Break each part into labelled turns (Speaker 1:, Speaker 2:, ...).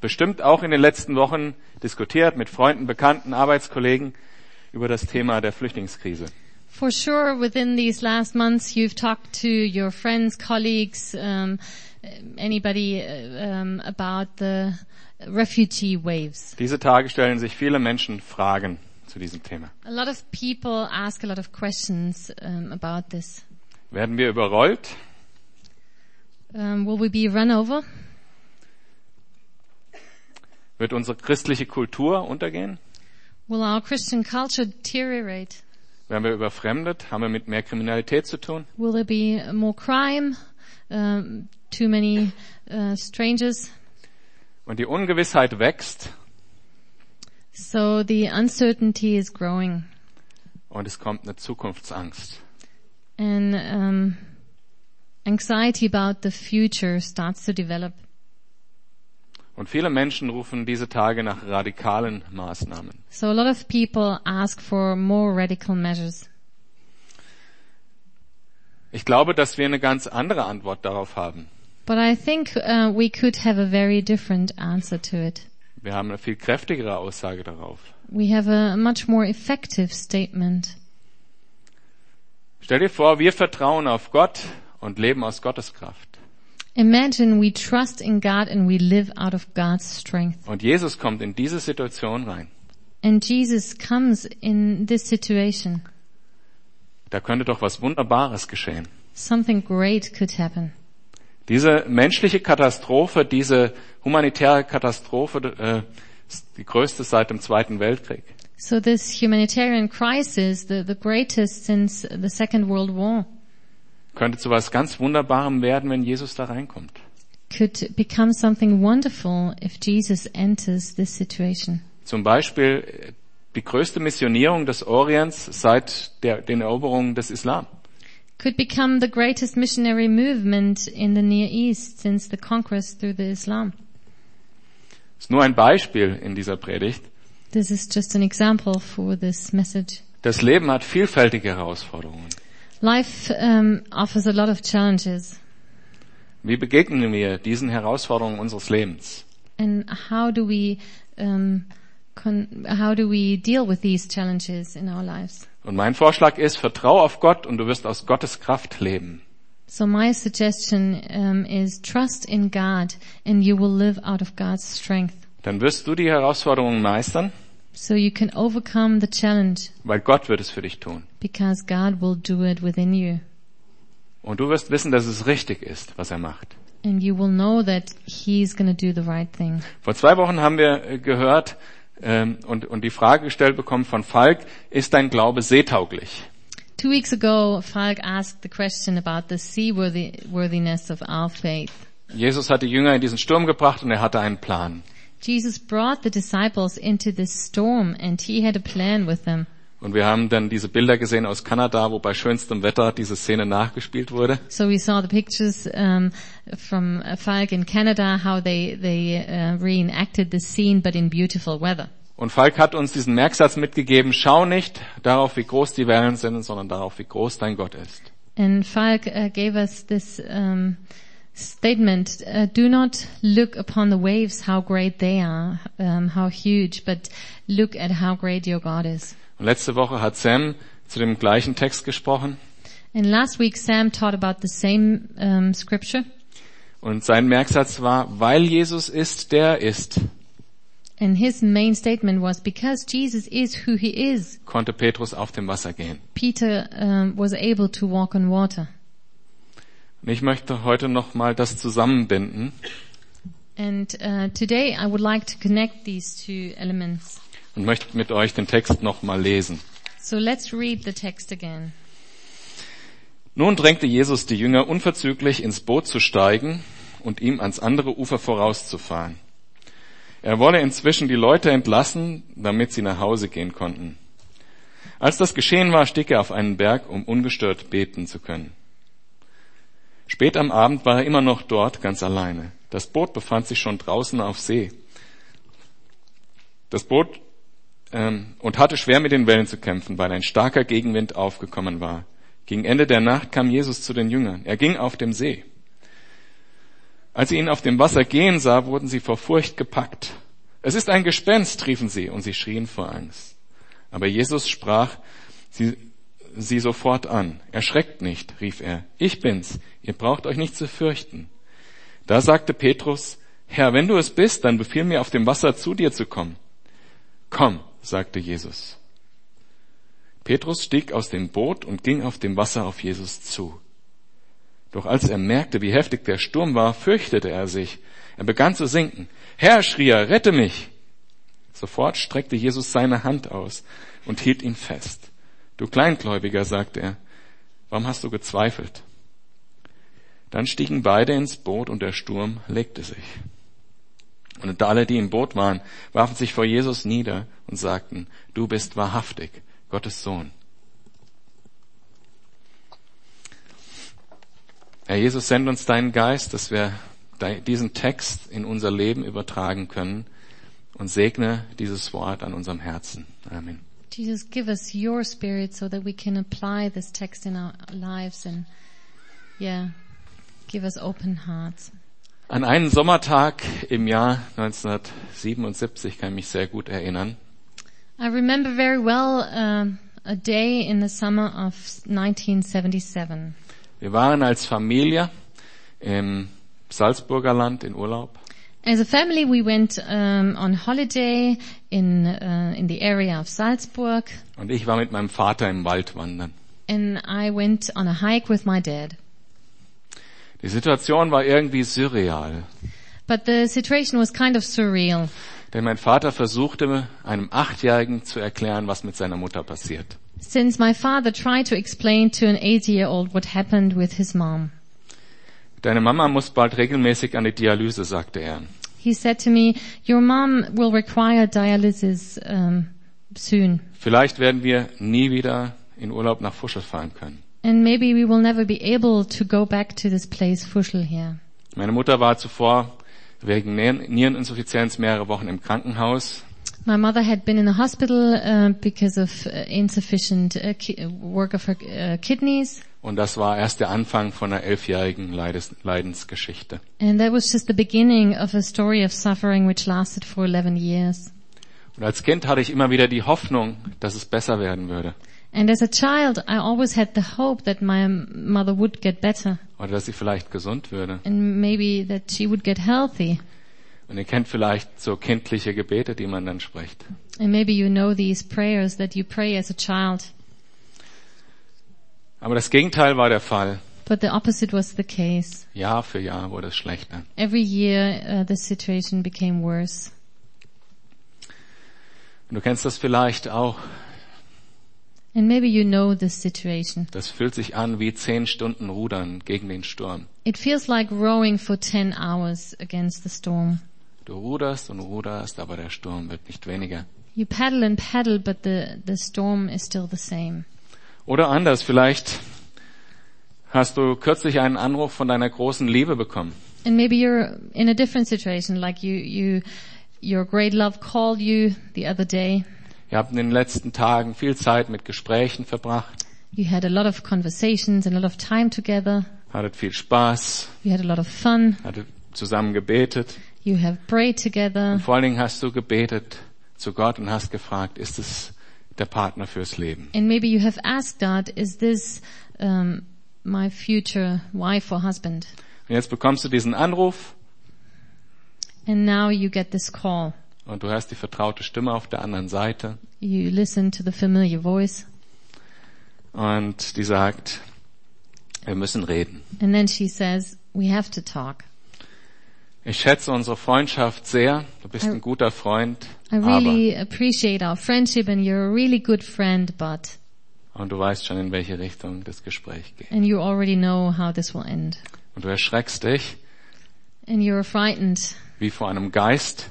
Speaker 1: bestimmt auch in den letzten Wochen diskutiert mit Freunden, Bekannten, Arbeitskollegen über das Thema der Flüchtlingskrise.
Speaker 2: For sure, within these last months, you've talked to your friends, colleagues, um, anybody uh, um, about the refugee waves.
Speaker 1: Diese Tage stellen sich viele Menschen Fragen zu diesem Thema.
Speaker 2: A lot of people ask a lot of questions um, about this.
Speaker 1: Werden wir überrollt?
Speaker 2: Um, will we be run over?
Speaker 1: Wird unsere christliche Kultur untergehen?
Speaker 2: Will our Christian culture deteriorate?
Speaker 1: Werden wir überfremdet? Haben wir mit mehr Kriminalität zu tun?
Speaker 2: Will there be more crime? Um, too many uh, strangers?
Speaker 1: Und die Ungewissheit wächst
Speaker 2: So the uncertainty is growing,
Speaker 1: und es kommt eine Zukunftsangst.
Speaker 2: and um, anxiety about the future starts to develop.
Speaker 1: Und viele Menschen rufen diese Tage nach radikalen Maßnahmen.
Speaker 2: So a lot of people ask for more radical measures.
Speaker 1: Ich glaube, dass wir eine ganz andere Antwort darauf haben.
Speaker 2: But I think uh, we could have a very different answer to it.
Speaker 1: Wir haben eine viel kräftigere Aussage darauf.
Speaker 2: We have a much more effective statement.
Speaker 1: Stell dir vor, wir vertrauen auf Gott und leben aus Gottes Kraft.
Speaker 2: Imagine we trust in God and we live out of God's strength.
Speaker 1: Und Jesus kommt in diese Situation rein.
Speaker 2: And Jesus comes in this situation.
Speaker 1: Da könnte doch was Wunderbares geschehen.
Speaker 2: Something great could happen.
Speaker 1: Diese menschliche Katastrophe, diese humanitäre Katastrophe, äh, ist die größte seit dem Zweiten Weltkrieg.
Speaker 2: So this humanitarian crisis, the, the greatest since the Second World War,
Speaker 1: Könnte zu was ganz Wunderbarem werden, wenn Jesus da reinkommt.
Speaker 2: could become something wonderful if Jesus enters this situation.
Speaker 1: Zum Beispiel äh, die größte Missionierung des Orients seit der, den Eroberungen des Islam.
Speaker 2: Could become the greatest missionary movement in the Near East since the conquest through the Islam.
Speaker 1: Ist nur ein Beispiel in dieser Predigt.
Speaker 2: This is just an example for this message.
Speaker 1: Das Leben hat vielfältige Herausforderungen.
Speaker 2: Life um, offers a lot of challenges.
Speaker 1: Wie begegnen wir diesen Herausforderungen unseres Lebens?
Speaker 2: And how do we, um, con- how do we deal with these challenges in our lives?
Speaker 1: Und mein Vorschlag ist, vertrau auf Gott und du wirst aus Gottes Kraft leben.
Speaker 2: So my suggestion um, is trust in God and you will live out of God's strength.
Speaker 1: Dann wirst du die Herausforderungen meistern,
Speaker 2: So you can overcome the challenge
Speaker 1: weil Gott wird es für dich tun.
Speaker 2: because God will do it within you.
Speaker 1: Und du wirst wissen, dass es richtig ist, was er macht.
Speaker 2: And you will know that He's gonna do the right thing.
Speaker 1: Vor zwei Wochen haben wir äh, gehört ähm, und, und die Frage gestellt bekommen von Falk, ist dein Glaube seetauglich?
Speaker 2: Two weeks ago, Falk asked the question about the seaworthiness of our faith.
Speaker 1: Jesus hat die Jünger in diesen Sturm gebracht und er hatte einen Plan.
Speaker 2: Jesus brought the disciples into this storm and He had a plan with them.
Speaker 1: Und wir haben dann diese Bilder gesehen aus Kanada, wo bei schönstem Wetter diese Szene nachgespielt wurde.
Speaker 2: So we saw the pictures um, from uh, Falk in Canada, how they they uh, reenacted the scene, but in beautiful weather.
Speaker 1: Und Falk hat uns diesen Merksatz mitgegeben, schau nicht darauf, wie groß die Wellen sind, sondern darauf, wie groß dein Gott ist.
Speaker 2: And Falk uh, gave us this um, statement: uh, Do not look upon the waves, how great they are, um, how huge, but look at how great your God is.
Speaker 1: Und letzte Woche hat Sam zu dem gleichen Text gesprochen
Speaker 2: And last week, Sam taught about the same um, scripture,
Speaker 1: und sein Merksatz war, weil Jesus ist, der ist,
Speaker 2: and his main statement was: Because Jesus is who He is,
Speaker 1: konnte Petrus auf dem Wasser gehen.
Speaker 2: Peter um, was able to walk on water.
Speaker 1: Und ich möchte heute nochmal das zusammenbinden
Speaker 2: And uh, today I would like to connect these two elements.
Speaker 1: und möchte mit euch den Text nochmal lesen.
Speaker 2: So let's read the text again.
Speaker 1: Nun drängte Jesus die Jünger unverzüglich ins Boot zu steigen und ihm ans andere Ufer vorauszufahren. Er wolle inzwischen die Leute entlassen, damit sie nach Hause gehen konnten. Als das geschehen war, stieg er auf einen Berg, um ungestört beten zu können. Spät am Abend war er immer noch dort, ganz alleine. Das Boot befand sich schon draußen auf See. Das Boot ähm, und hatte schwer mit den Wellen zu kämpfen, weil ein starker Gegenwind aufgekommen war. Gegen Ende der Nacht kam Jesus zu den Jüngern. Er ging auf dem See. Als sie ihn auf dem Wasser gehen sah, wurden sie vor Furcht gepackt. Es ist ein Gespenst, riefen sie, und sie schrien vor Angst. Aber Jesus sprach sie, sie sofort an. Erschreckt nicht, rief er. Ich bin's. Ihr braucht euch nicht zu fürchten. Da sagte Petrus, Herr, wenn du es bist, dann befiehl mir auf dem Wasser zu dir zu kommen. Komm, sagte Jesus. Petrus stieg aus dem Boot und ging auf dem Wasser auf Jesus zu. Doch als er merkte, wie heftig der Sturm war, fürchtete er sich. Er begann zu sinken. Herr, schrie er, rette mich! Sofort streckte Jesus seine Hand aus und hielt ihn fest. Du Kleingläubiger, sagte er, warum hast du gezweifelt? Dann stiegen beide ins Boot und der Sturm legte sich. Und alle, die im Boot waren, warfen sich vor Jesus nieder und sagten, du bist wahrhaftig Gottes Sohn. Herr Jesus, send uns deinen Geist, dass wir diesen Text in unser Leben übertragen können und segne dieses Wort an unserem Herzen. Amen.
Speaker 2: Jesus, give us your spirit so that we can apply this text in our lives and, yeah. Give us open hearts.
Speaker 1: An einen Sommertag im Jahr 1977 kann ich mich sehr gut erinnern.
Speaker 2: I remember very well um, a day in the summer of 1977.
Speaker 1: Wir waren als Familie im Salzburger Land in Urlaub
Speaker 2: As a family, we went um, on holiday in uh, in the area of Salzburg,
Speaker 1: und ich war mit meinem Vater im Wald wandern.
Speaker 2: and I went on a hike with my dad.
Speaker 1: Die Situation war irgendwie surreal,
Speaker 2: But the situation was kind of surreal
Speaker 1: denn mein Vater versuchte einem Achtjährigen zu erklären, was mit seiner Mutter passiert.
Speaker 2: since my father tried to explain to an eight-year-old what happened with his mom.
Speaker 1: Deine Mama muss bald regelmäßig an die Dialyse, sagte er.
Speaker 2: He said to me, "Your mom will require dialysis um, soon."
Speaker 1: Vielleicht werden wir nie wieder in Urlaub nach Fuschel fahren können.
Speaker 2: And maybe we will never be able to go back to this place Fuschel here.
Speaker 1: Meine Mutter war zuvor wegen Nieren- Niereninsuffizienz mehrere Wochen im Krankenhaus.
Speaker 2: My mother had been in the hospital uh, because of uh, insufficient uh, ki- work of her uh, kidneys,
Speaker 1: Und das war erst der Anfang von einer elfjährigen Leides Leidensgeschichte.
Speaker 2: and that was just the beginning of a story of suffering which lasted for 11 years.
Speaker 1: Und als Kind hatte ich immer wieder die Hoffnung, dass es besser werden würde.
Speaker 2: And as a child, I always had the hope that my m- mother would get better
Speaker 1: Oder dass sie vielleicht gesund würde.
Speaker 2: and maybe that she would get healthy.
Speaker 1: Und ihr kennt vielleicht so kindliche Gebete, die man dann spricht.
Speaker 2: And maybe you know these prayers that you pray as a child.
Speaker 1: Aber das Gegenteil war der Fall.
Speaker 2: But the opposite was the case.
Speaker 1: Jahr für Jahr wurde es schlechter.
Speaker 2: Every year, uh, the situation became worse.
Speaker 1: Und du kennst das vielleicht auch.
Speaker 2: And maybe you know this situation.
Speaker 1: Das fühlt sich an wie zehn Stunden Rudern gegen den Sturm.
Speaker 2: It feels like rowing for 10 hours against the storm.
Speaker 1: Du ruderst und ruderst, aber der Sturm wird nicht weniger.
Speaker 2: You paddle and paddle, but the, the storm is still the same.
Speaker 1: Oder anders, vielleicht hast du kürzlich einen Anruf von deiner großen Liebe bekommen.
Speaker 2: And maybe you're in a different situation, like you, you, your great love called you the other day.
Speaker 1: Ihr habt in den letzten Tagen viel Zeit mit Gesprächen verbracht,
Speaker 2: You had a lot of conversations and a lot of time together.
Speaker 1: hattet viel Spaß,
Speaker 2: You had a lot of fun.
Speaker 1: hattet zusammen gebetet.
Speaker 2: You have prayed together.
Speaker 1: Und vor allen Dingen hast du gebetet zu Gott und hast gefragt, ist es der Partner fürs Leben?
Speaker 2: And maybe you have asked God, is this, um, my future wife or husband?
Speaker 1: Und jetzt bekommst du diesen Anruf
Speaker 2: And now you get this call.
Speaker 1: und du hörst die vertraute Stimme auf der anderen Seite
Speaker 2: You listen to the familiar voice.
Speaker 1: und die sagt, wir müssen reden.
Speaker 2: And then she says, we have to talk.
Speaker 1: Ich schätze unsere Freundschaft sehr. Du bist ein guter Freund.
Speaker 2: I really appreciate our friendship and you're a really good friend, but,
Speaker 1: aber, und du weißt schon, in welche Richtung das Gespräch geht.
Speaker 2: and you already know how this will end.
Speaker 1: Und du erschreckst dich
Speaker 2: And you're frightened,
Speaker 1: wie vor einem Geist.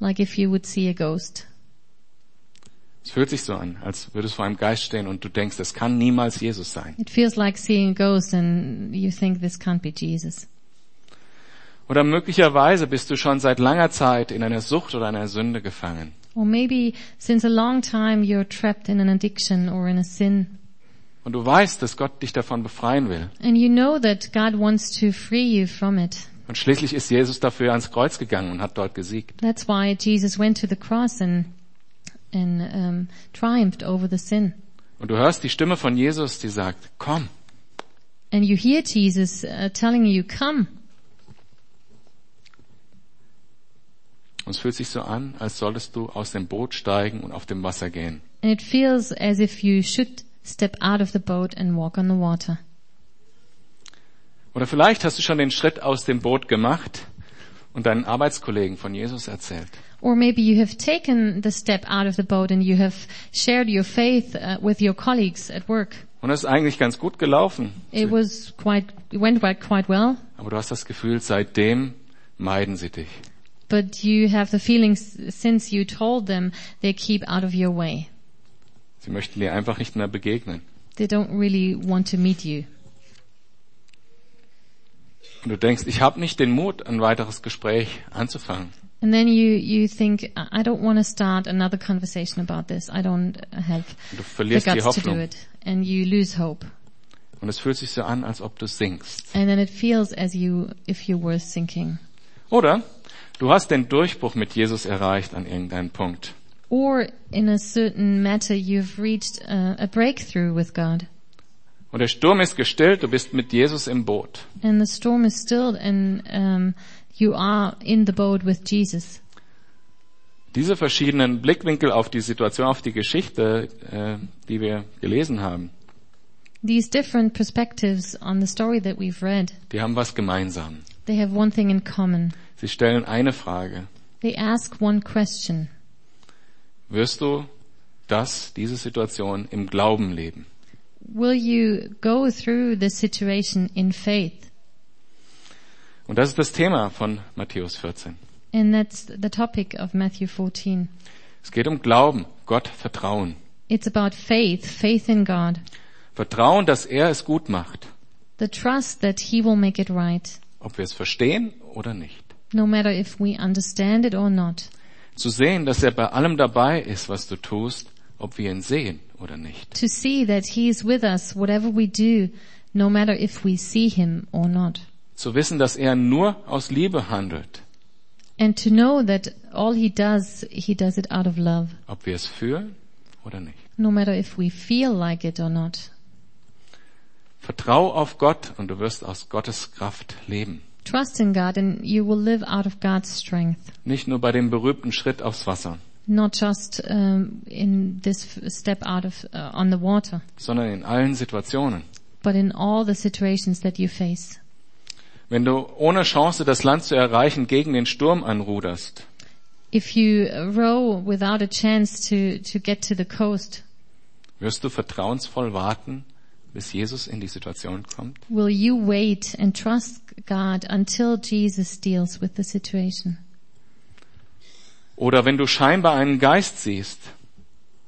Speaker 2: like if you would see a ghost.
Speaker 1: Es fühlt sich so an, als würdest du vor einem Geist stehen und du denkst, das kann niemals Jesus sein.
Speaker 2: It feels like seeing a ghost and you think this can't be Jesus.
Speaker 1: Oder möglicherweise bist du schon seit langer Zeit in einer Sucht oder einer Sünde gefangen.
Speaker 2: Or maybe since a long time you're trapped in an addiction or in a sin.
Speaker 1: Und du weißt, dass Gott dich davon befreien will.
Speaker 2: And you know that God wants to free you from it.
Speaker 1: Und schließlich ist Jesus dafür ans Kreuz gegangen und hat dort gesiegt.
Speaker 2: That's why Jesus went to the cross and, and um, triumphed over the sin.
Speaker 1: Und du hörst die Stimme von Jesus, die sagt, komm,
Speaker 2: And you hear Jesus uh, telling you, come.
Speaker 1: Und es fühlt sich so an, als solltest du aus dem Boot steigen und auf dem Wasser gehen.
Speaker 2: And it feels as if you should step out of the boat and walk on the water.
Speaker 1: Oder vielleicht hast du schon den Schritt aus dem Boot gemacht und deinen Arbeitskollegen von Jesus erzählt.
Speaker 2: Or maybe you have taken the step out of the boat and you have shared your faith uh, with your colleagues at work.
Speaker 1: Und das ist eigentlich ganz gut gelaufen.
Speaker 2: It was quite, it went quite, quite well,
Speaker 1: Aber du hast das Gefühl, seitdem meiden sie dich.
Speaker 2: but you have the feeling s- since you told them they keep out of your way.
Speaker 1: Sie möchten dir einfach nicht mehr begegnen.
Speaker 2: They don't really want to meet you.
Speaker 1: Und du denkst, ich habe nicht den Mut, ein weiteres Gespräch anzufangen.
Speaker 2: And then you, you think, I I don't want to start another conversation about this. I don't have
Speaker 1: Du
Speaker 2: the
Speaker 1: verlierst die
Speaker 2: guts to do
Speaker 1: Hoffnung.
Speaker 2: it. And you lose hope.
Speaker 1: Und es fühlt sich so an, als ob du sinkst.
Speaker 2: And then it feels as you, if you were sinking.
Speaker 1: Oder du hast den Durchbruch mit Jesus erreicht an irgendeinem Punkt.
Speaker 2: Or in a certain matter, you've reached a, a breakthrough with God.
Speaker 1: Und der Sturm ist gestillt, du bist mit Jesus im Boot.
Speaker 2: And the storm is stilled and um, you are in the boat with Jesus.
Speaker 1: Diese verschiedenen Blickwinkel auf die Situation, auf die Geschichte, äh, die wir gelesen haben,
Speaker 2: These different perspectives on the story that we've read,
Speaker 1: die haben was gemeinsam.
Speaker 2: they have one thing in common.
Speaker 1: Sie stellen eine Frage.
Speaker 2: They ask one question.
Speaker 1: Wirst du das, diese Situation im Glauben leben?
Speaker 2: Will you go through this situation in faith?
Speaker 1: Und das ist das Thema von Matthäus 14.
Speaker 2: And that's the topic of Matthew 14.
Speaker 1: Es geht um Glauben, Gott Vertrauen.
Speaker 2: It's about faith, faith in God,
Speaker 1: Vertrauen, dass er es gut macht,
Speaker 2: the trust that He will make it right,
Speaker 1: ob wir es verstehen oder nicht.
Speaker 2: no matter if we understand it or not.
Speaker 1: Zu sehen, dass er bei allem dabei ist, was du tust, ob wir ihn sehen oder nicht.
Speaker 2: To see that He is with us, whatever we do, no matter if we see Him or not.
Speaker 1: Zu wissen, dass er nur aus Liebe handelt,
Speaker 2: And to know that all He does, He does it out of love,
Speaker 1: ob wir es fühlen oder nicht.
Speaker 2: no matter if we feel like it or not.
Speaker 1: Vertrau auf Gott und du wirst aus Gottes Kraft leben.
Speaker 2: Trust in God and you will live out of God's strength.
Speaker 1: Nicht nur bei dem berühmten Schritt aufs Wasser,
Speaker 2: not just um, in this f- step out of uh, on the water,
Speaker 1: sondern in allen Situationen.
Speaker 2: but in all the situations that you face.
Speaker 1: Wenn du ohne Chance, das Land zu erreichen, gegen den Sturm anruderst,
Speaker 2: If you uh, row without a chance to to get to the coast,
Speaker 1: wirst du vertrauensvoll warten, bis Jesus in die Situation kommt?
Speaker 2: will you wait and trust God until Jesus deals with the situation?
Speaker 1: Oder wenn du scheinbar einen Geist siehst,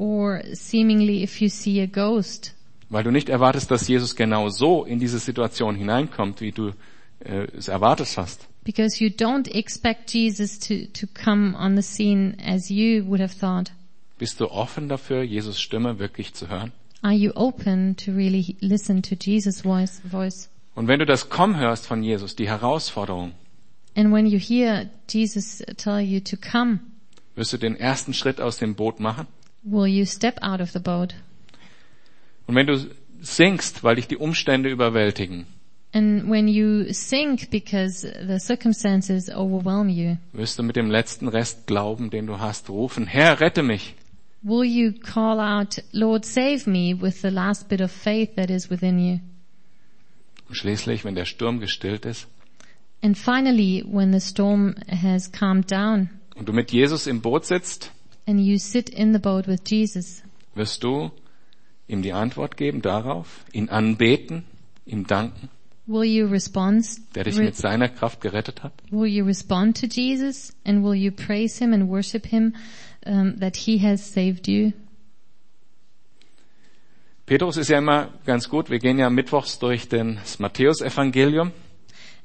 Speaker 2: Or seemingly, if you see a ghost,
Speaker 1: weil du nicht erwartest, dass Jesus genau so in diese Situation hineinkommt, wie du äh, es erwartet hast,
Speaker 2: because you don't expect Jesus to to come on the scene as you would have thought.
Speaker 1: bist du offen dafür, Jesus Stimme wirklich zu hören?
Speaker 2: Are you open to really he- listen to Jesus' voice? voice?
Speaker 1: Und wenn du das Komm hörst von Jesus, die Herausforderung,
Speaker 2: And when you hear Jesus tell you to come,
Speaker 1: wirst du den ersten Schritt aus dem Boot machen?
Speaker 2: will you step out of the boat?
Speaker 1: Und wenn du sinkst, weil dich die Umstände überwältigen,
Speaker 2: And when you sink because the circumstances overwhelm you,
Speaker 1: wirst du mit dem letzten Rest Glauben, den du hast, rufen, Herr, rette mich.
Speaker 2: will you call out, Lord, save me with the last bit of faith that is within you?
Speaker 1: Und schließlich, wenn der Sturm gestillt ist
Speaker 2: And finally, when the storm has calmed down
Speaker 1: und du mit Jesus im Boot sitzt,
Speaker 2: and you sit in the boat with Jesus,
Speaker 1: wirst du ihm die Antwort geben darauf, ihn anbeten, ihm danken,
Speaker 2: will you respond?
Speaker 1: der dich mit seiner Kraft gerettet hat.
Speaker 2: Will you respond to Jesus and will you praise him and worship him um, that he has saved you?
Speaker 1: Petrus ist ja immer ganz gut. Wir gehen ja mittwochs durch den- das Matthäusevangelium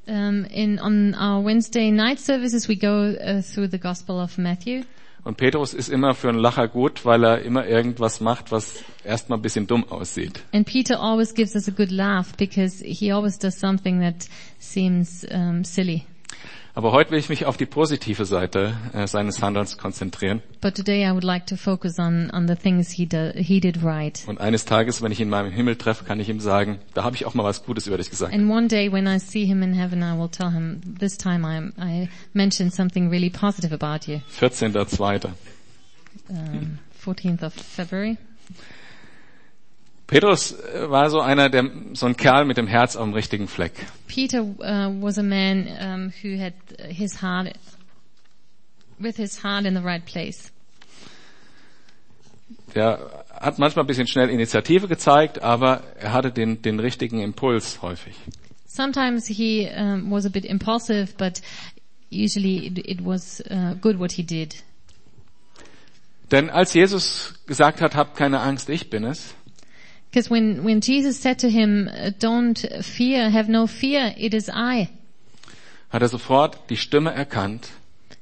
Speaker 2: Um, in on our Wednesday night services, we go uh, through the Gospel of Matthew,
Speaker 1: und Petrus ist immer für einen Lacher gut, weil er immer irgendwas macht, was erstmal ein bisschen dumm aussieht.
Speaker 2: and Peter always gives us a good laugh because he always does something that seems um, silly.
Speaker 1: Aber heute will ich mich auf die positive Seite äh, seines Handelns konzentrieren.
Speaker 2: But today I would like to focus on, on the things he, do, he did right.
Speaker 1: Und eines Tages, wenn ich ihn mal im Himmel treffe, kann ich ihm sagen, da habe ich auch mal was Gutes über dich gesagt.
Speaker 2: And one day when I see him in heaven, I will tell him, this time I, I mentioned something really positive about you.
Speaker 1: 14.2.
Speaker 2: Um, 14th of February.
Speaker 1: Petrus äh, war so einer, der, so ein Kerl mit dem Herz am richtigen Fleck.
Speaker 2: Peter uh, was a man um, who had his heart, with his heart in the right place.
Speaker 1: Der hat manchmal ein bisschen schnell Initiative gezeigt, aber er hatte den, den richtigen Impuls häufig.
Speaker 2: Sometimes he um, was a bit impulsive, but usually it, it was uh, good what he did.
Speaker 1: Denn als Jesus gesagt hat, habt keine Angst, ich bin es,
Speaker 2: Because when, when Jesus said to him, uh, don't fear, have no fear, it is I,
Speaker 1: hat er sofort die Stimme erkannt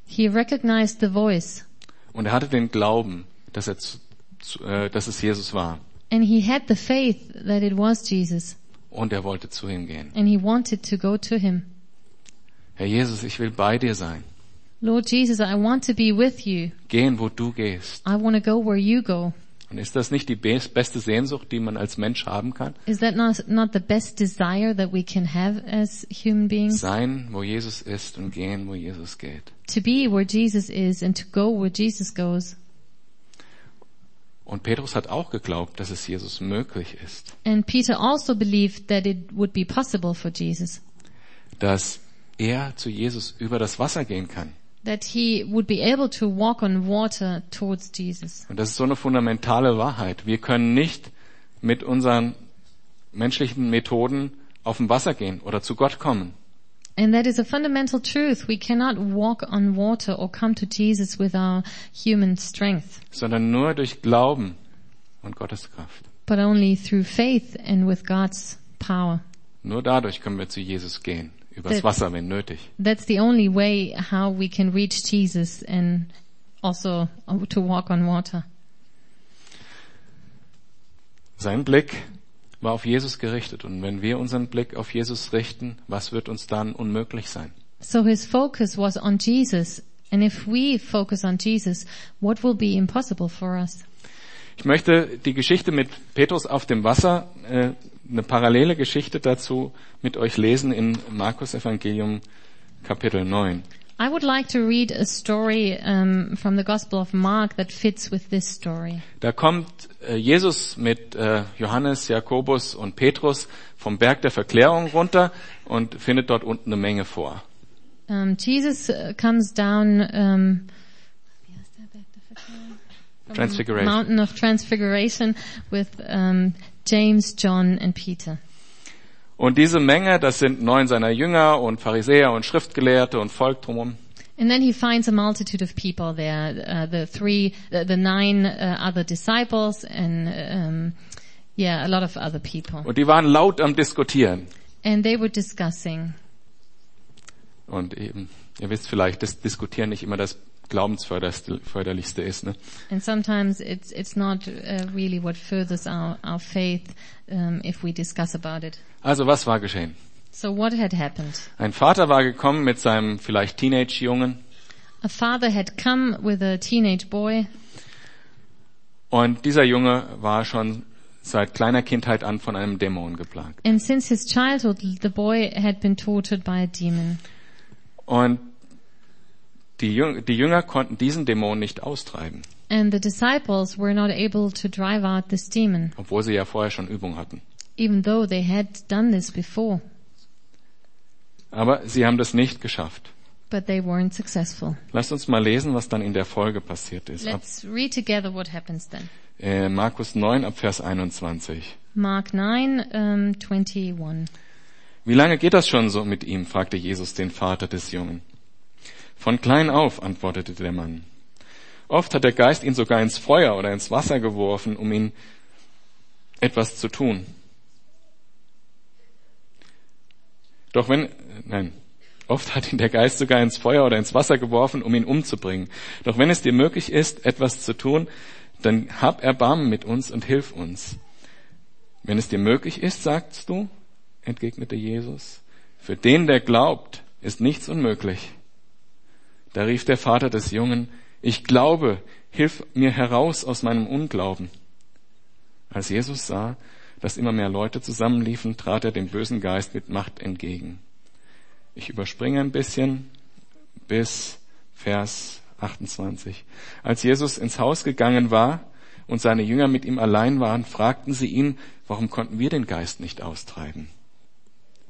Speaker 2: he recognized the voice
Speaker 1: und er hatte den Glauben, dass, er zu, zu, äh, dass es Jesus war.
Speaker 2: and he had the faith that it was Jesus
Speaker 1: Und er wollte zu ihm gehen.
Speaker 2: and he wanted to go to him.
Speaker 1: Herr Jesus, ich will bei dir sein.
Speaker 2: Lord Jesus, I want to be with you.
Speaker 1: Gehen, wo du gehst.
Speaker 2: I want to go where you go.
Speaker 1: Und ist das nicht die bes- beste Sehnsucht, die man als Mensch haben kann?
Speaker 2: Is that not, not the best desire that we can have as human beings?
Speaker 1: Sein, wo Jesus ist und gehen, wo Jesus geht.
Speaker 2: To be where Jesus is and to go where Jesus goes.
Speaker 1: Und Petrus hat auch geglaubt, dass es Jesus möglich ist,
Speaker 2: And Peter also believed that it would be possible for Jesus.
Speaker 1: dass er zu Jesus über das Wasser gehen kann.
Speaker 2: that he would be able to walk on water towards Jesus.
Speaker 1: Und das ist so eine fundamentale Wahrheit. Wir können nicht mit unseren menschlichen Methoden auf dem Wasser gehen oder zu Gott kommen.
Speaker 2: And that is a fundamental truth. We cannot walk on water or come to Jesus with our human strength,
Speaker 1: sondern nur durch Glauben und Gottes Kraft.
Speaker 2: but only through faith and with God's power.
Speaker 1: Nur dadurch können wir zu Jesus gehen, übers
Speaker 2: Das-
Speaker 1: Wasser, wenn nötig.
Speaker 2: That's the only way how we can reach Jesus and also to walk on water.
Speaker 1: Sein Blick war auf Jesus gerichtet und wenn wir unseren Blick auf Jesus richten, was wird uns dann unmöglich sein?
Speaker 2: So his focus was on Jesus. And if we focus on Jesus, what will be impossible for us?
Speaker 1: Ich möchte die Geschichte mit Petrus auf dem Wasser, äh, eine parallele Geschichte dazu mit euch lesen in Markus Evangelium Kapitel 9.
Speaker 2: I would like to read a story um, from the Gospel of Mark that fits with this story.
Speaker 1: Da kommt äh, Jesus mit äh, Johannes, Jakobus und Petrus vom Berg der Verklärung runter und findet dort unten eine Menge vor.
Speaker 2: Um, Jesus uh, comes down um, Ähm,
Speaker 1: Transfiguration.
Speaker 2: mountain of transfiguration with um, James, John, and Peter.
Speaker 1: Und diese Menge, das sind neun seiner Jünger und Pharisäer und Schriftgelehrte und Volk drumherum.
Speaker 2: And then he finds a multitude of people there: uh, the three, the, the nine uh, other disciples, and um, yeah, a lot of other people.
Speaker 1: Und die waren laut am Diskutieren.
Speaker 2: And they were discussing.
Speaker 1: Und eben, ihr wisst vielleicht, dass Diskutieren nicht immer das glaubensförderlichste ist. Ne?
Speaker 2: And sometimes it's it's not uh, really what furthers our our faith um, if we discuss about it.
Speaker 1: Also was war geschehen?
Speaker 2: So what had happened?
Speaker 1: Ein Vater war gekommen mit seinem vielleicht Teenage-Jungen
Speaker 2: A father had come with a teenage boy,
Speaker 1: und dieser Junge war schon seit kleiner Kindheit an von einem Dämon geplagt.
Speaker 2: and since his childhood, the boy had been tortured by a demon.
Speaker 1: Und die Jünger, die Jünger konnten diesen Dämon nicht austreiben,
Speaker 2: And the disciples were not able to drive out this demon,
Speaker 1: obwohl sie ja vorher schon Übung hatten.
Speaker 2: even though they had done this before,
Speaker 1: Aber sie haben das nicht geschafft.
Speaker 2: but they weren't successful.
Speaker 1: Lasst uns mal lesen, was dann in der Folge passiert ist. Ab,
Speaker 2: Let's read together what happens then.
Speaker 1: äh, Markus 9 ab Vers 21.
Speaker 2: Mark 9, um, 21.
Speaker 1: Wie lange geht das schon so mit ihm? fragte Jesus den Vater des Jungen. Von klein auf, antwortete der Mann. Oft hat der Geist ihn sogar ins Feuer oder ins Wasser geworfen, um ihn etwas zu tun. Doch wenn, nein, oft hat ihn der Geist sogar ins Feuer oder ins Wasser geworfen, um ihn umzubringen. Doch wenn es dir möglich ist, etwas zu tun, dann hab Erbarmen mit uns und hilf uns. Wenn es dir möglich ist, sagst du, entgegnete Jesus, für den, der glaubt, ist nichts unmöglich. Da rief der Vater des Jungen, ich glaube, hilf mir heraus aus meinem Unglauben. Als Jesus sah, dass immer mehr Leute zusammenliefen, trat er dem bösen Geist mit Macht entgegen. Ich überspringe ein bisschen bis Vers 28. Als Jesus ins Haus gegangen war und seine Jünger mit ihm allein waren, fragten sie ihn, warum konnten wir den Geist nicht austreiben?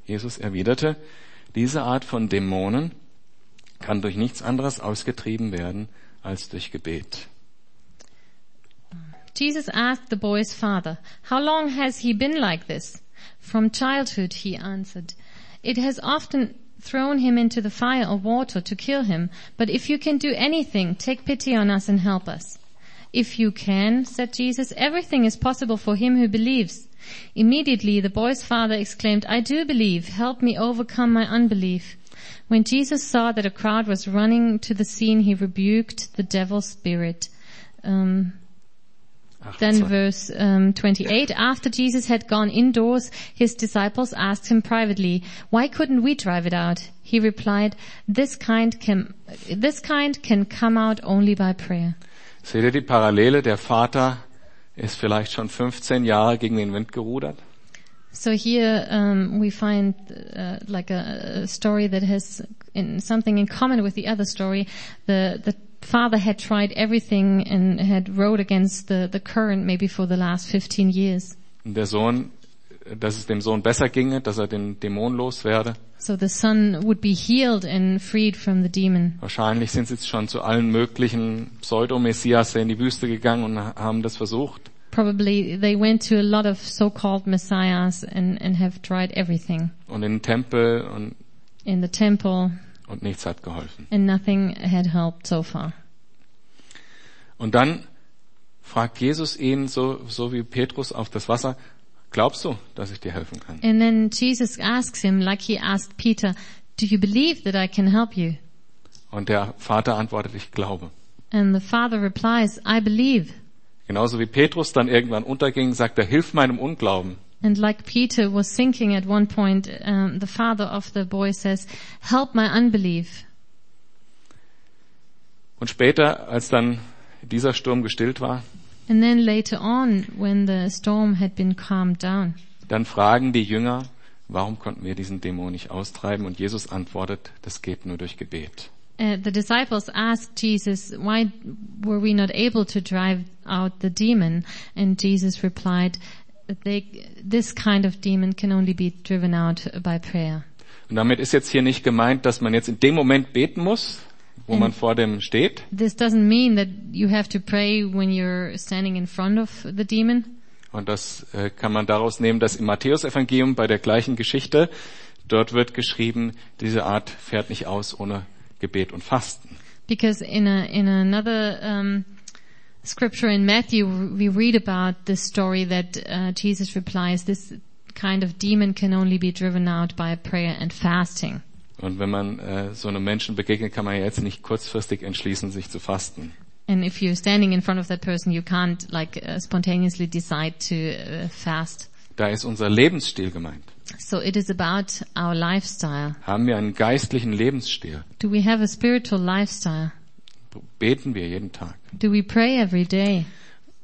Speaker 1: Jesus erwiderte, diese Art von Dämonen kann durch nichts anderes ausgetrieben werden als durch Gebet.
Speaker 2: Jesus asked the boy's father, How long has he been like this? From childhood, he answered. It has often thrown him into the fire or water to kill him, but if you can do anything, take pity on us and help us. If you can, said Jesus, everything is possible for him who believes. Immediately the boy's father exclaimed, I do believe, help me overcome my unbelief. When Jesus saw that a crowd was running to the scene, he rebuked the devil spirit. Um, then verse um, 28, after Jesus had gone indoors, his disciples asked him privately, why couldn't we drive it out? He replied, this kind can, this kind can come out only by prayer.
Speaker 1: Seht ihr die Parallele? Der Vater ist vielleicht schon 15 Jahre gegen den Wind gerudert.
Speaker 2: So here um, we find uh, like a, a story that has in, something in common with the other story. The, the father had tried everything and had rowed against the, the current maybe for the last 15 years.
Speaker 1: Und der Sohn, dass es dem Sohn besser ginge, dass er den Dämon loswerde.
Speaker 2: So the son would be healed and freed from the demon.
Speaker 1: Wahrscheinlich sind sie jetzt schon zu allen möglichen Pseudo-Messias in die Wüste gegangen und haben das versucht.
Speaker 2: Probably they went to a lot of so-called messiahs and, and have tried everything
Speaker 1: Und in den Tempel und,
Speaker 2: in the temple
Speaker 1: und nichts hat geholfen.
Speaker 2: and nothing had helped so far.
Speaker 1: Und dann fragt Jesus ihn, so, so wie Petrus auf das Wasser, glaubst du, dass ich dir helfen kann?
Speaker 2: And then Jesus asks him, like he asked Peter, do you believe that I can help you?
Speaker 1: Und der Vater antwortet, ich glaube.
Speaker 2: And the father replies, I believe.
Speaker 1: Genauso wie Petrus dann irgendwann unterging, sagt er, hilf meinem Unglauben.
Speaker 2: And like Peter was sinking at one point, um, the father of the boy says, help my unbelief.
Speaker 1: Und später, als dann dieser Sturm gestillt war,
Speaker 2: And then later on, when the storm had been calmed down,
Speaker 1: dann fragen die Jünger, warum konnten wir diesen Dämon nicht austreiben? Und Jesus antwortet, das geht nur durch Gebet.
Speaker 2: uh, the disciples asked Jesus, why were we not able to drive out the demon? And Jesus replied, they, this kind of demon can only be driven out by prayer.
Speaker 1: Und damit ist jetzt hier nicht gemeint, dass man jetzt in dem Moment beten muss, wo man vor dem steht,
Speaker 2: This doesn't mean that you have to pray when you're standing in front of the demon.
Speaker 1: Und das äh, kann man daraus nehmen, dass im Matthäusevangelium bei der gleichen Geschichte, dort wird geschrieben, diese Art fährt nicht aus ohne Gebet und Fasten.
Speaker 2: Because in a, in another um, scripture in Matthew, we read about this story that uh, Jesus replies, "This kind of demon can only be driven out by prayer and fasting."
Speaker 1: Und wenn man äh, so einem Menschen begegnet, kann man ja jetzt nicht kurzfristig entschließen, sich zu fasten.
Speaker 2: And if you're standing in front of that person, you can't like uh, spontaneously decide to uh, fast.
Speaker 1: Da ist unser Lebensstil gemeint.
Speaker 2: So it is about our lifestyle.
Speaker 1: Haben wir einen geistlichen Lebensstil?
Speaker 2: Do we have a spiritual lifestyle?
Speaker 1: Beten wir jeden Tag.
Speaker 2: Do we pray every day?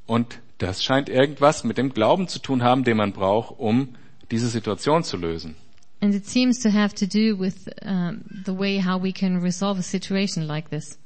Speaker 1: Und das scheint irgendwas mit dem Glauben zu tun haben, den man braucht, um diese Situation zu lösen.
Speaker 2: And it seems to have to do with um, the way how we can resolve a situation like this.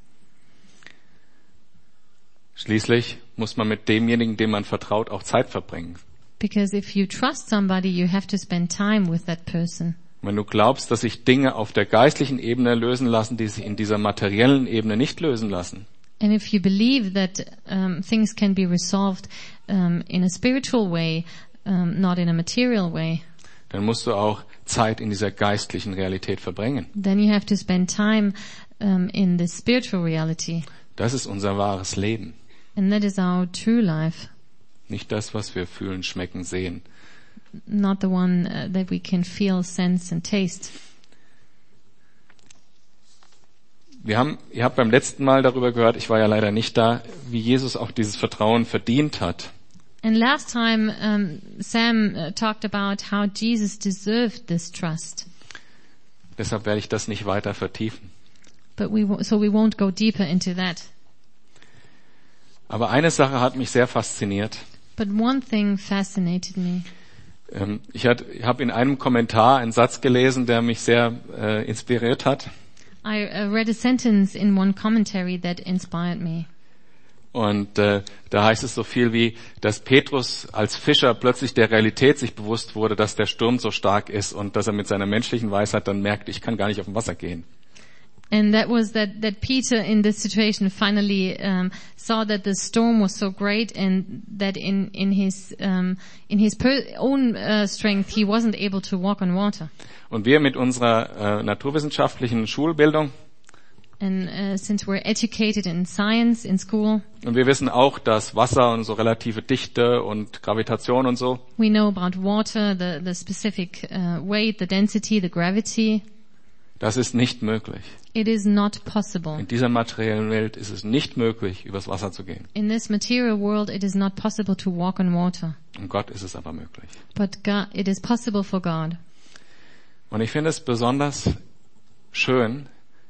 Speaker 1: Schließlich muss man mit demjenigen, dem man vertraut, auch Zeit verbringen.
Speaker 2: Because if you trust somebody, you have to spend time with that person.
Speaker 1: Wenn du glaubst, dass sich Dinge auf der geistlichen Ebene lösen lassen, die sich in dieser materiellen Ebene nicht lösen lassen,
Speaker 2: And if you believe that um, things can be resolved um, in a spiritual way, um, not in a material way,
Speaker 1: dann musst du auch Zeit in dieser geistlichen Realität verbringen.
Speaker 2: then you have to spend time um, in the spiritual reality.
Speaker 1: Das ist unser wahres Leben.
Speaker 2: And that is our true life,
Speaker 1: Nicht das, was wir fühlen, schmecken, sehen.
Speaker 2: not the one uh, that we can feel, sense, and taste.
Speaker 1: Wir haben, ihr habt beim letzten Mal darüber gehört, ich war ja leider nicht da, wie Jesus auch dieses Vertrauen verdient hat.
Speaker 2: And last time, um, Sam uh, talked about how Jesus deserved this trust.
Speaker 1: Deshalb werde ich das nicht weiter vertiefen.
Speaker 2: But we wo- so we won't go deeper into that.
Speaker 1: Aber eine Sache hat mich sehr fasziniert.
Speaker 2: But one thing fascinated me.
Speaker 1: Ähm, Ich habe in einem Kommentar einen Satz gelesen, der mich sehr äh, inspiriert hat.
Speaker 2: I uh, read a sentence in one commentary that inspired me.
Speaker 1: Und äh, da heißt es so viel wie, dass Petrus als Fischer plötzlich der Realität sich bewusst wurde, dass der Sturm so stark ist und dass er mit seiner menschlichen Weisheit dann merkt, ich kann gar nicht auf dem Wasser gehen.
Speaker 2: And that was that, that Peter in this situation finally um, saw that the storm was so great and that in, in his, um, in his per- own uh, strength he wasn't able to walk on water.
Speaker 1: Und wir mit unserer äh, naturwissenschaftlichen Schulbildung,
Speaker 2: And uh, since we're educated in science in school,
Speaker 1: und wir wissen auch, dass Wasser und so relative Dichte und Gravitation und so,
Speaker 2: we know about water, the, the specific uh, weight, the density, the gravity.
Speaker 1: das ist nicht möglich.
Speaker 2: It is not possible.
Speaker 1: In dieser materiellen Welt ist es nicht möglich, übers Wasser zu gehen.
Speaker 2: In this material world, it is not possible to walk on water.
Speaker 1: Und Gott ist es aber möglich.
Speaker 2: But God, it is possible for God.
Speaker 1: Und ich finde es besonders schön,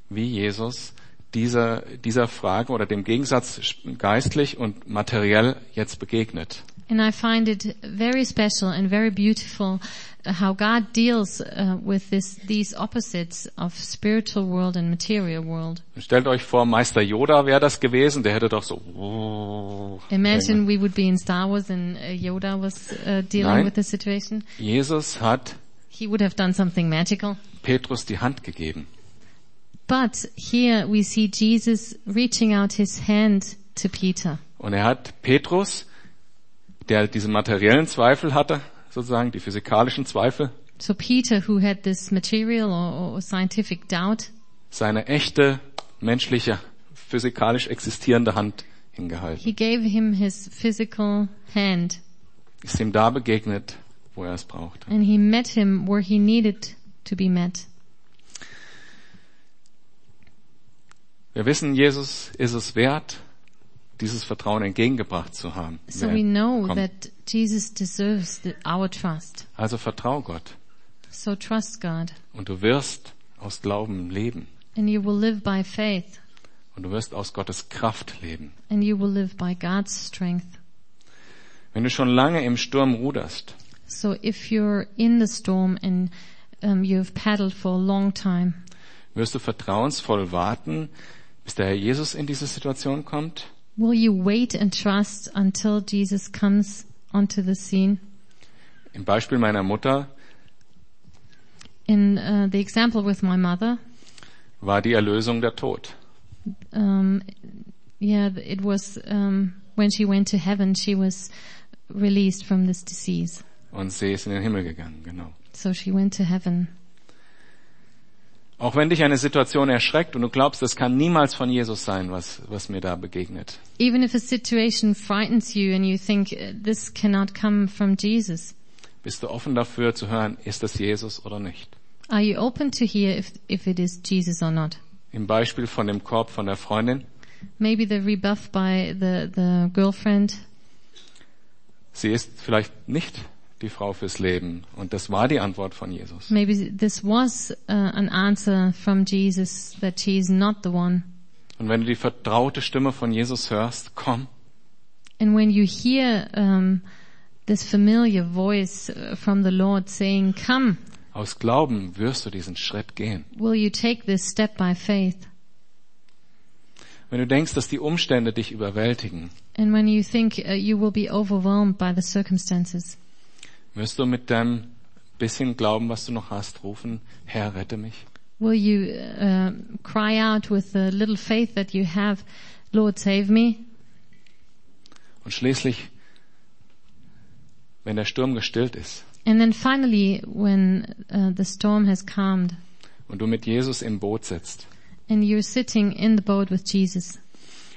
Speaker 1: wie Jesus dieser, dieser Frage oder dem Gegensatz geistlich und materiell jetzt begegnet.
Speaker 2: And I find it very special and very beautiful uh, how God deals uh, with this, these opposites of spiritual world and material world.
Speaker 1: Stellt euch vor, Meister Yoda wäre das gewesen, der hätte doch so.
Speaker 2: Imagine we would be in Star Wars and uh, Yoda was uh, dealing
Speaker 1: Nein.
Speaker 2: with this situation.
Speaker 1: Jesus hat
Speaker 2: He would have done something magical.
Speaker 1: Petrus die Hand gegeben.
Speaker 2: But here we see Jesus reaching out his hand to Peter.
Speaker 1: Und er hat Petrus, der diese materiellen Zweifel hatte, sozusagen die physikalischen Zweifel,
Speaker 2: So Peter, who had this material or, or scientific doubt,
Speaker 1: seine echte menschliche, physikalisch existierende Hand hingehalten.
Speaker 2: he gave him his physical hand
Speaker 1: Ist ihm da begegnet, wo er es brauchte.
Speaker 2: and he met him where he needed to be met.
Speaker 1: Wir wissen, Jesus ist es wert, dieses Vertrauen entgegengebracht zu haben.
Speaker 2: So
Speaker 1: Wer
Speaker 2: we know
Speaker 1: kommt.
Speaker 2: that Jesus deserves the, our trust.
Speaker 1: Also vertrau Gott
Speaker 2: So trust God
Speaker 1: und du wirst aus Glauben leben
Speaker 2: and you will live by faith
Speaker 1: und du wirst aus Gottes Kraft leben.
Speaker 2: and you will live by God's strength.
Speaker 1: Wenn du schon lange im Sturm ruderst,
Speaker 2: So if you're in the storm and um, you've paddled for a long time,
Speaker 1: wirst du vertrauensvoll warten, bis der Herr Jesus in diese Situation kommt
Speaker 2: Will you wait and trust until Jesus comes onto the scene?
Speaker 1: Im Beispiel meiner Mutter
Speaker 2: In uh, the example with my mother,
Speaker 1: war die Erlösung der Tod.
Speaker 2: um, yeah, th- it was um, when she went to heaven, she was released from this disease.
Speaker 1: Und sie ist in den Himmel gegangen, genau.
Speaker 2: So she went to heaven.
Speaker 1: Auch wenn dich eine Situation erschreckt und du glaubst, das kann niemals von Jesus sein, was, was mir da begegnet.
Speaker 2: Even if a situation frightens you and you think uh, this cannot come from Jesus,
Speaker 1: Bist du offen dafür zu hören, ist das Jesus oder nicht?
Speaker 2: are you open to hear if, if it is Jesus or not?
Speaker 1: Im Beispiel von dem Korb von der Freundin.
Speaker 2: Maybe the rebuff by the, the girlfriend
Speaker 1: Sie ist vielleicht nicht die Frau fürs Leben. Und das war die Antwort von Jesus.
Speaker 2: Maybe this was uh, an answer from Jesus that she is not the one.
Speaker 1: Und wenn du die vertraute Stimme von Jesus hörst, komm,
Speaker 2: And when you hear um, this familiar voice uh, from the Lord saying, "Come,"
Speaker 1: aus Glauben wirst du diesen Schritt gehen.
Speaker 2: will you take this step by faith?
Speaker 1: Wenn du denkst, dass die Umstände dich überwältigen,
Speaker 2: And when you think uh, you will be overwhelmed by the circumstances,
Speaker 1: wirst du mit deinem bisschen Glauben, was du noch hast, rufen, Herr, rette mich.
Speaker 2: will you uh, cry out with the little faith that you have, "Lord, save me"?
Speaker 1: Und schließlich, wenn der Sturm gestillt ist
Speaker 2: And then finally, when uh, the storm has calmed
Speaker 1: und du mit Jesus im Boot sitzt,
Speaker 2: and you're sitting in the boat with Jesus.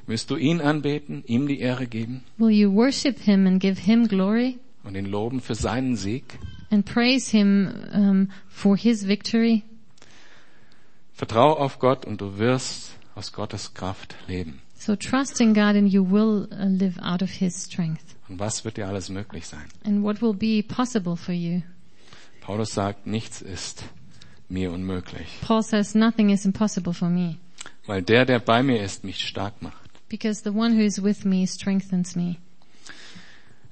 Speaker 1: wirst du ihn anbeten, ihm die Ehre geben
Speaker 2: Will you worship him and give him glory
Speaker 1: und ihn loben für seinen Sieg?
Speaker 2: and praise him um, for his victory?
Speaker 1: Vertrau auf Gott und du wirst aus Gottes Kraft leben.
Speaker 2: So trust in God and you will uh, live out of his strength.
Speaker 1: Und was wird dir alles möglich sein?
Speaker 2: And what will be possible for you?
Speaker 1: Paulus sagt, nichts ist mir unmöglich,
Speaker 2: Paul says, Nothing is impossible for me,
Speaker 1: weil der, der bei mir ist, mich stark macht.
Speaker 2: because the one who is with me strengthens me.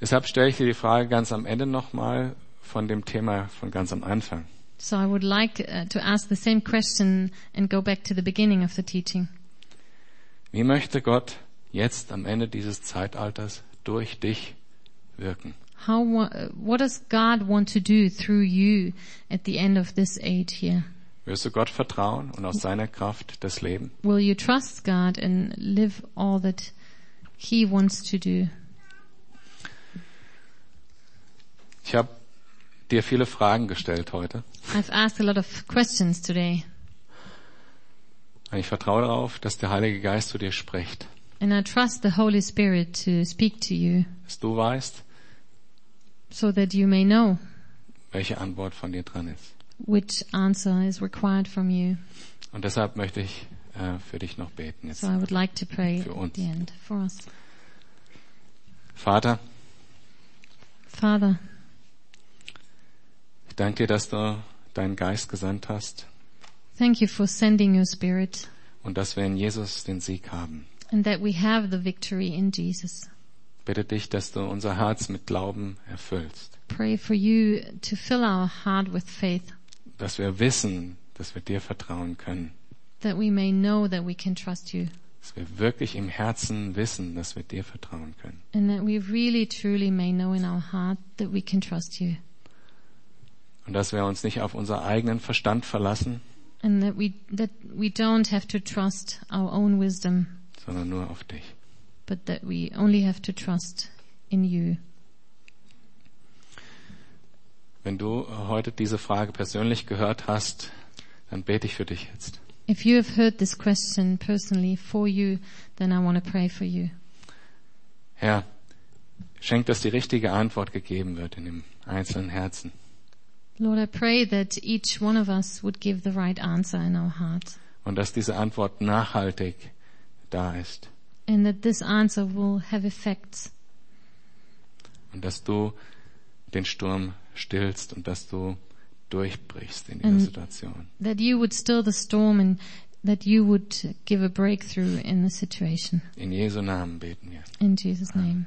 Speaker 1: Deshalb stelle ich dir die Frage ganz am Ende nochmal von dem Thema von ganz am Anfang.
Speaker 2: So I would like uh, to ask the same question and go back to the beginning of the teaching.
Speaker 1: Wie möchte Gott jetzt am Ende dieses Zeitalters durch dich wirken?
Speaker 2: How, wa- uh, what does God want to do through you at the end of this age here?
Speaker 1: Wirst du Gott vertrauen und aus seiner Kraft das Leben?
Speaker 2: Will you trust God and live all that He wants to do?
Speaker 1: Ich habe dir viele Fragen gestellt heute.
Speaker 2: I've asked a lot of questions today,
Speaker 1: Und ich vertraue darauf, dass der Heilige Geist zu dir spricht.
Speaker 2: and I trust the Holy Spirit to speak to you
Speaker 1: Dass du weißt,
Speaker 2: so that you may know
Speaker 1: welche Antwort von dir dran ist.
Speaker 2: which answer is required from you.
Speaker 1: Und deshalb möchte ich äh, für dich noch beten jetzt.
Speaker 2: So I would like to pray
Speaker 1: Für
Speaker 2: at
Speaker 1: uns.
Speaker 2: the end for us.
Speaker 1: Vater,
Speaker 2: Father,
Speaker 1: ich danke dir, dass du deinen Geist gesandt hast
Speaker 2: thank you for sending your Spirit
Speaker 1: und dass wir in Jesus den Sieg haben.
Speaker 2: and that we have the victory in Jesus.
Speaker 1: Bitte dich, dass du unser Herz mit Glauben erfüllst.
Speaker 2: Pray for you to fill our heart with faith
Speaker 1: Dass wir wissen, dass wir dir vertrauen können.
Speaker 2: that we may know that we can trust you
Speaker 1: Dass wir wirklich im Herzen wissen, dass wir dir vertrauen können.
Speaker 2: and that we really truly may know in our heart that we can trust you
Speaker 1: Und dass wir uns nicht auf unseren eigenen Verstand verlassen,
Speaker 2: and that we that we don't have to trust our own wisdom
Speaker 1: sondern nur auf dich.
Speaker 2: but that we only have to trust in you
Speaker 1: Wenn du heute diese Frage persönlich gehört hast, dann bete ich für dich jetzt.
Speaker 2: if you have heard this question personally for you then i want to pray for you
Speaker 1: Herr, schenk, dass die richtige Antwort gegeben wird in dem einzelnen Herzen.
Speaker 2: lord i pray that each one of us would give the right answer in our heart
Speaker 1: Und dass diese Antwort nachhaltig da ist.
Speaker 2: and that this answer will have effects
Speaker 1: Und dass du den Sturm stillst und dass du durchbrichst in
Speaker 2: Ähm.
Speaker 1: dieser Situation.
Speaker 2: that you would still the storm and that you would give a breakthrough in the situation.
Speaker 1: In Jesu Namen beten wir.
Speaker 2: In Jesus' name.